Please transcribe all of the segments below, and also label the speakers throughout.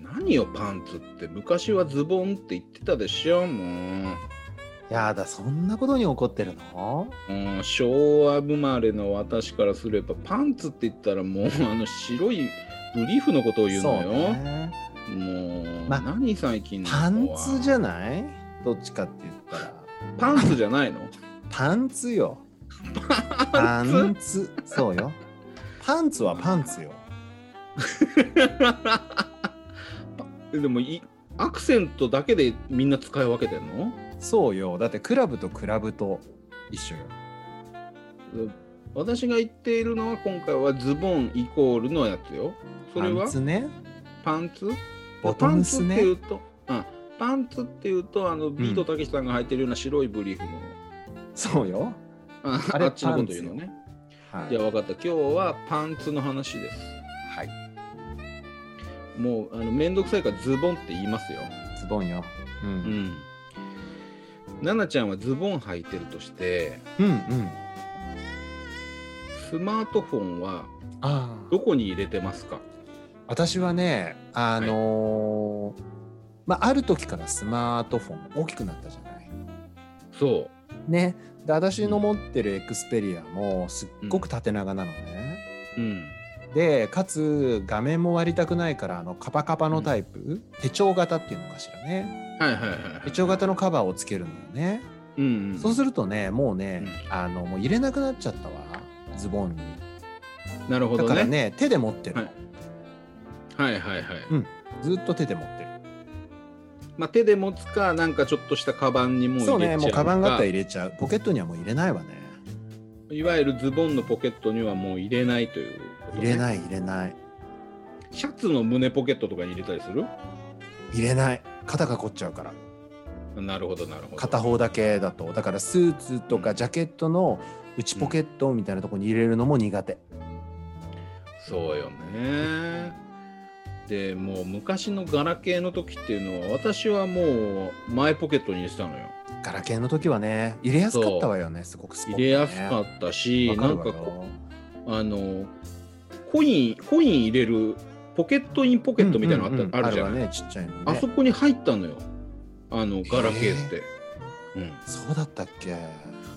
Speaker 1: 何よパンツって昔はズボンって言ってたでしょもう。
Speaker 2: やだ、そんなことに怒ってるの
Speaker 1: うん昭和生まれの私からすればパンツって言ったらもうあの白いブリーフのことを言うのよ。
Speaker 2: ね。
Speaker 1: もう、
Speaker 2: ま
Speaker 1: 何最近の子は
Speaker 2: パンツじゃないどっちかって言ったら。
Speaker 1: パンツじゃないの
Speaker 2: パン ツよ。パンツそうよ。パンツはパンツよ。
Speaker 1: でもいアクセントだけでみんな使い分けてんの
Speaker 2: そうよ。だってクラブとクラブと一緒よ。
Speaker 1: 私が言っているのは今回はズボンイコールのやつよ。それ
Speaker 2: パ
Speaker 1: は
Speaker 2: ンツね。
Speaker 1: パンツ
Speaker 2: ボトムス
Speaker 1: パンツってい
Speaker 2: ね
Speaker 1: う。と、うん、パンツっていうとあのビートたけしさんが履いてるような白いブリーフの、
Speaker 2: そうよ。
Speaker 1: あ
Speaker 2: あ
Speaker 1: あ
Speaker 2: れ
Speaker 1: っちのこと言うのね。
Speaker 2: はい
Speaker 1: じゃあ分かった今日はパンツの話です。
Speaker 2: はい。
Speaker 1: もうあのめんどくさいからズボンって言いますよ。
Speaker 2: ズボンよ。う。
Speaker 1: うんん。奈々ちゃんはズボン履いてるとして
Speaker 2: うんうん。
Speaker 1: スマートフォンは
Speaker 2: ああ
Speaker 1: ど。こに入れてますか
Speaker 2: 私はね、あのーまあ、ある時からスマートフォン大きくなったじゃない。
Speaker 1: そ
Speaker 2: ね。で、私の持ってるエクスペリアもすっごく縦長なのね。
Speaker 1: う。うん。
Speaker 2: でかつ画面も割りたくないからあのカパカパのタイプ、手帳型っていうのかしらね
Speaker 1: はいはいはいは
Speaker 2: 手
Speaker 1: い。
Speaker 2: 帳型のカバーをつけるのよね、
Speaker 1: うん、うん。
Speaker 2: そうするとねもうね、
Speaker 1: う
Speaker 2: あのもう入れなくなっちゃったわズボンに
Speaker 1: なるほ
Speaker 2: だ
Speaker 1: ど
Speaker 2: から
Speaker 1: ね。
Speaker 2: ね手で持ってる、
Speaker 1: はいはいはいはい。
Speaker 2: ずっと手で持ってる
Speaker 1: まあ、手で持つか、なんかちょっとしたカバンにもう
Speaker 2: そう
Speaker 1: 入れち
Speaker 2: ね
Speaker 1: ゃうか。
Speaker 2: もうカバンがあったら入れちゃうポケットにはもう入れないわね
Speaker 1: いわゆるズボンのポケットにはもう入れないということ、
Speaker 2: 入れ
Speaker 1: い。
Speaker 2: ない入れない
Speaker 1: シャツの胸ポケットとかに入れたりする
Speaker 2: 入れない肩が凝っちゃうから
Speaker 1: なるほどなるほど。
Speaker 2: 片方だけだとだからスーツとかジャケットの内ポケットみたいなところに入れるのも苦手、
Speaker 1: そうよね。でもう昔のガラケーの時っていうのは私はもう前ポケットに入れてたのよ。
Speaker 2: ガラケーの時はね入れやすかったわよねすごくスポッ
Speaker 1: 入
Speaker 2: とね
Speaker 1: れやすかったし、
Speaker 2: わか
Speaker 1: な
Speaker 2: る
Speaker 1: ん
Speaker 2: わ
Speaker 1: か
Speaker 2: よ
Speaker 1: こあのコインコイン入れるポケットインポケットみたいなのあった、
Speaker 2: うんうんうん
Speaker 1: あるじゃ
Speaker 2: わ
Speaker 1: ない、
Speaker 2: ねちっちゃいのね
Speaker 1: あそこに入ったのよあのガラケーって。うん、
Speaker 2: そうだったっけうん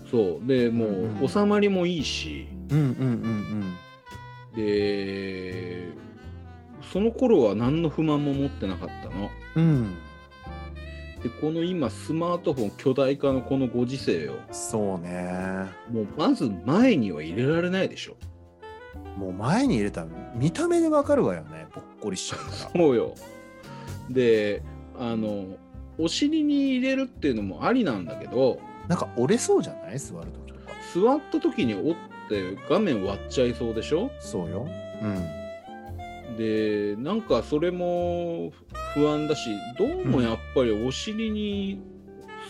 Speaker 1: そうでも
Speaker 2: うんう
Speaker 1: うん収まりもいいし
Speaker 2: うんうん
Speaker 1: でその頃は何の不満も持ってなかったの。
Speaker 2: うんうん
Speaker 1: でこの今スマートフォン巨大化のこのご時世よ
Speaker 2: そうね
Speaker 1: もうまず前には入れられないでしょ
Speaker 2: もう前に入れたら見た目でわかるわよねぽっこりしちゃう から
Speaker 1: そうよであのお尻に入れるっていうのもありなんだけど
Speaker 2: なんか折れそうじゃない座る時とか
Speaker 1: 座った時に折って画面割っちゃいそうでしょ
Speaker 2: そうようん
Speaker 1: でなんかそれも不安だしどうもやっぱりお尻に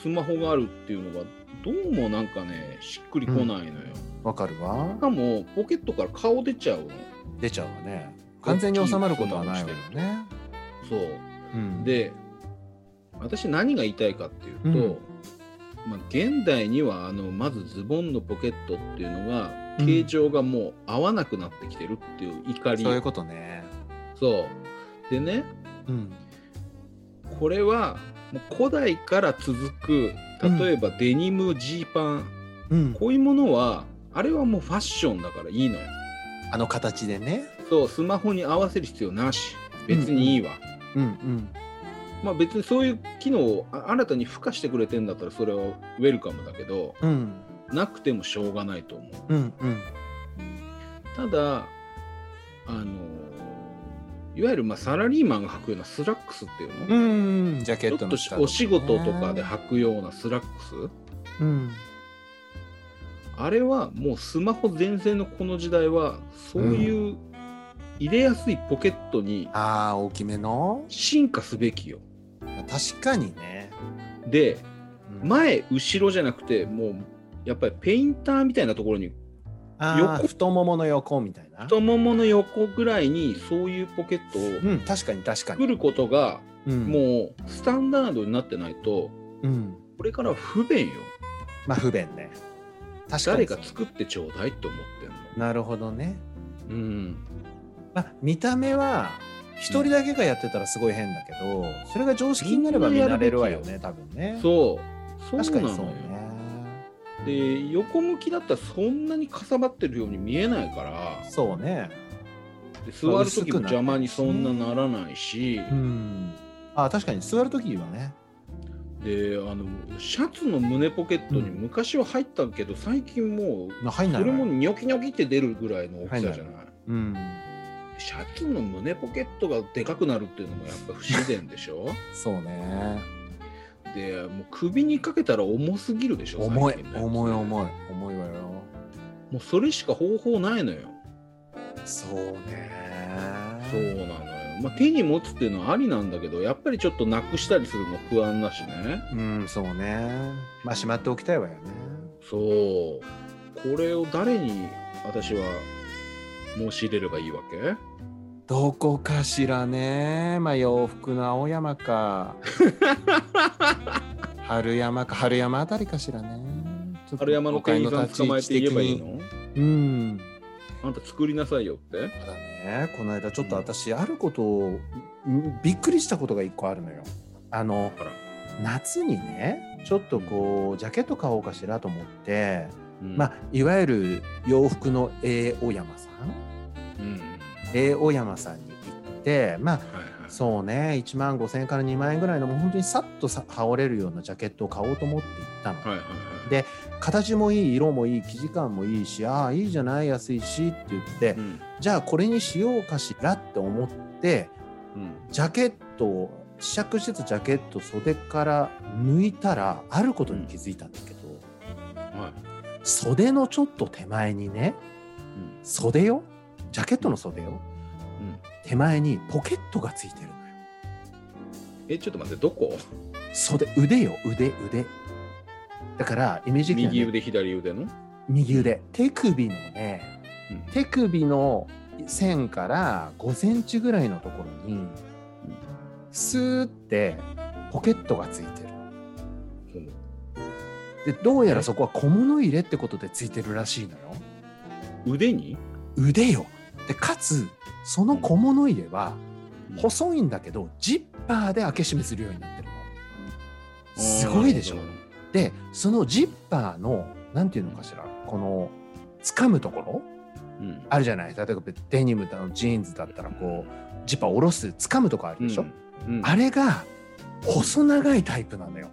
Speaker 1: スマホがあるっていうのがどうもなんかねしっくりこないのよ、
Speaker 2: わかるわ
Speaker 1: しかもポケットから顔出ちゃうの
Speaker 2: 出ちゃうわね完全に収まることはないわよね
Speaker 1: そう
Speaker 2: うん
Speaker 1: で私何が言いたいかっていうと、
Speaker 2: うん
Speaker 1: まあ、現代にはあのまずズボンのポケットっていうのが
Speaker 2: うん
Speaker 1: 形状がもう合わなくなってきてるっていう怒り、
Speaker 2: そういうことね
Speaker 1: そうでね
Speaker 2: うん
Speaker 1: これはもう古代から続く例えばデニムジーパン、
Speaker 2: うん
Speaker 1: こういうものはあれはもうファッションだからいいのよ
Speaker 2: あの形でね
Speaker 1: そうスマホに合わせる必要なし別にいいわ、
Speaker 2: うんうん
Speaker 1: まあ別にそういう機能をあ新たに付加してくれてんだったらそれはウェルカムだけど、
Speaker 2: うん
Speaker 1: なくてもしょうがないと思う
Speaker 2: うんうん
Speaker 1: ただあのいわゆるまあサラリーマンが履くようなスラックスっていう
Speaker 2: う
Speaker 1: の、
Speaker 2: ん、ジャケッ
Speaker 1: ち
Speaker 2: ト
Speaker 1: ょっ
Speaker 2: の
Speaker 1: と
Speaker 2: 下
Speaker 1: し
Speaker 2: とかね
Speaker 1: お仕事とかで履くようなスラックス
Speaker 2: うん、
Speaker 1: あれはもうスマホ全盛のこの時代はそういうう入れやすいポケットに
Speaker 2: ああ大きめの
Speaker 1: 進化すべきよ
Speaker 2: 確かにね、
Speaker 1: で
Speaker 2: うん
Speaker 1: 前後ろじゃなくてもうやっぱりペインターみたいなところに
Speaker 2: あー
Speaker 1: 横
Speaker 2: 太ももの横みたいな
Speaker 1: 太ももの横ぐらいにそういうポケットを
Speaker 2: うん確かに確か
Speaker 1: 作
Speaker 2: に、
Speaker 1: ることが
Speaker 2: うん、う、
Speaker 1: もうスタンダードになってないと
Speaker 2: ん、
Speaker 1: これからは不便よ
Speaker 2: まあ不便ね確か
Speaker 1: 誰
Speaker 2: に
Speaker 1: か作ってちょうだいって思ってんの
Speaker 2: なるほどね、
Speaker 1: うん
Speaker 2: まあ、見た目は一人だけがやってたらすごい変だけど、それが常識になれば見慣れるわよね多分ね
Speaker 1: そうそう
Speaker 2: 確かに
Speaker 1: な
Speaker 2: そう
Speaker 1: の
Speaker 2: ね
Speaker 1: よで横向きだったらそんなにかさばってるように見えないから
Speaker 2: そうね
Speaker 1: で座る時も邪魔にそんなならないし
Speaker 2: うんあ確かに座る時はね
Speaker 1: であのシャツの胸ポケットに昔は入ったけど、最近もう
Speaker 2: な入んない
Speaker 1: それも
Speaker 2: ね
Speaker 1: ニョキニョキって出るぐらいの大きさじゃない、
Speaker 2: うん
Speaker 1: シャツの胸ポケットがでかくなるっていうのもやっぱ不自然でし ょ
Speaker 2: そうね
Speaker 1: でもう首にかけたら重すぎるでしょ
Speaker 2: 重い
Speaker 1: 最近のやつ
Speaker 2: 重い重い重いわよ
Speaker 1: もうそれしか方法ないのよ
Speaker 2: そうね
Speaker 1: そうなのよ、まあ、手に持つっていうのはありなんだけどやっぱりちょっとなくしたりするの不安だしね
Speaker 2: うんそうねまあしまっておきたいわよね
Speaker 1: そうこれを誰に私は申し入れればいいわけ
Speaker 2: どこかしらねまあ洋服の青山か 春山か春山あたりかしらねちょっと
Speaker 1: 春山の店員さん捕まえて言えばいい
Speaker 2: 都会の立ち
Speaker 1: の
Speaker 2: 位置的にうん
Speaker 1: あんた作りなさいよって
Speaker 2: ただねこの間ちょっと私あることをんびっくりしたことが一個あるのよあの
Speaker 1: あら
Speaker 2: 夏にねちょっとこうジャケット買おうかしらと思って、
Speaker 1: うん
Speaker 2: まあいわゆる洋服の A 大山さん
Speaker 1: うん、
Speaker 2: A 大山さんに行ってまあ
Speaker 1: はいはい
Speaker 2: そうね1万5,000円から2万円ぐらいのもう本当にさっとさ羽織れるようなジャケットを買おうと思って行ったの、
Speaker 1: はいはいはい
Speaker 2: で形もいい色もいい生地感もいいしああいいじゃない安いしって言って、
Speaker 1: うん
Speaker 2: じゃあこれにしようかしらって思って
Speaker 1: うん
Speaker 2: ジャケットを試着してたジャケット袖から抜いたらあることに気づいたんだけど、
Speaker 1: はい
Speaker 2: 袖のちょっと手前にね
Speaker 1: うん
Speaker 2: 袖よジャケットの袖よ
Speaker 1: うん
Speaker 2: 手前にポケットがついてるのよ
Speaker 1: えちょっと待ってどこ
Speaker 2: 袖腕よ腕腕だからイメージ的にはね
Speaker 1: 右腕左腕の
Speaker 2: 右腕手首のね
Speaker 1: うん
Speaker 2: 手首の線から5センチぐらいのところにスーってポケットがついてる
Speaker 1: うん
Speaker 2: でどうやらそこは小物入れってことでついてるらしいのよ
Speaker 1: 腕に
Speaker 2: 腕よでかつその小物入れは細いんだけどジッパーで開け閉めするようになってるのすごいでしょ
Speaker 1: あーなる
Speaker 2: でそのジッパーのなんていうのかしらこの掴むところ
Speaker 1: ほどうん
Speaker 2: あるじゃない例えばデニムだのジーンズだったらこうジッパー下ろす掴むとこあるでしょ、
Speaker 1: うんうん
Speaker 2: あれが細長いタイプなのよ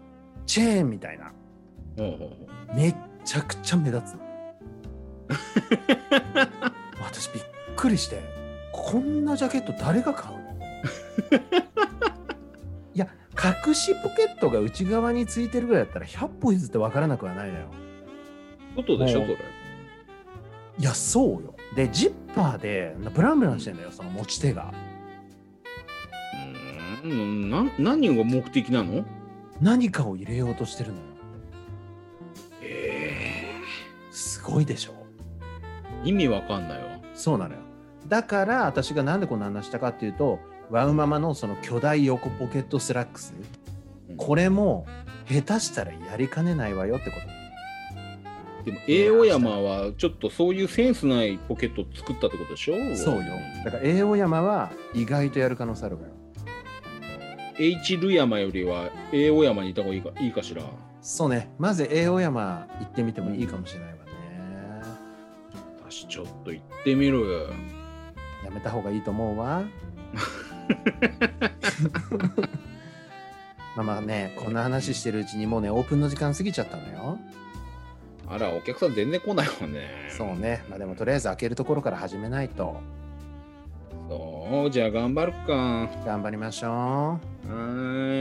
Speaker 2: チェーンみたいな
Speaker 1: ほうほうほう
Speaker 2: めっちゃくちゃ目立つ私びっくりしてこんなジャケット誰が買うのいや隠しポケットが内側についてるぐらいだったら100歩譲って分からなくはないのよ
Speaker 1: 外でしょ
Speaker 2: も
Speaker 1: そうれ
Speaker 2: いやそうよでジッパーでブランブランしてんだよその持ち手が
Speaker 1: うーんな何が目的なの
Speaker 2: 何かを入れようとしてるのよ
Speaker 1: え
Speaker 2: すごいでしょ
Speaker 1: ー、意味わかんないわ
Speaker 2: そうなのよだから私がなんでこんな話したかっていうとワウママのその巨大横ポケットスラックス
Speaker 1: うん
Speaker 2: これも下手したらやりかねないわよってこと
Speaker 1: でも栄養山はちょっとそういうセンスないポケットを作ったってことでしょ
Speaker 2: そうよだから栄養山は意外とやる可能性あるわよ
Speaker 1: H ル山よりは栄養山にいた方がいいかいいかしら
Speaker 2: そうねまず栄養山行ってみてもいいかもしれないわね、
Speaker 1: 私ちょっと行ってみる
Speaker 2: やめた方がいいと思う わまあまあねこんな話してるうちにもうねオープンの時間過ぎちゃったのよ
Speaker 1: あらお客さん全然来ないわね
Speaker 2: そうね、まあ、でもとりあえず開けるところから始めないと
Speaker 1: そうじゃあ頑張るかは
Speaker 2: 頑張りましょう。
Speaker 1: ーい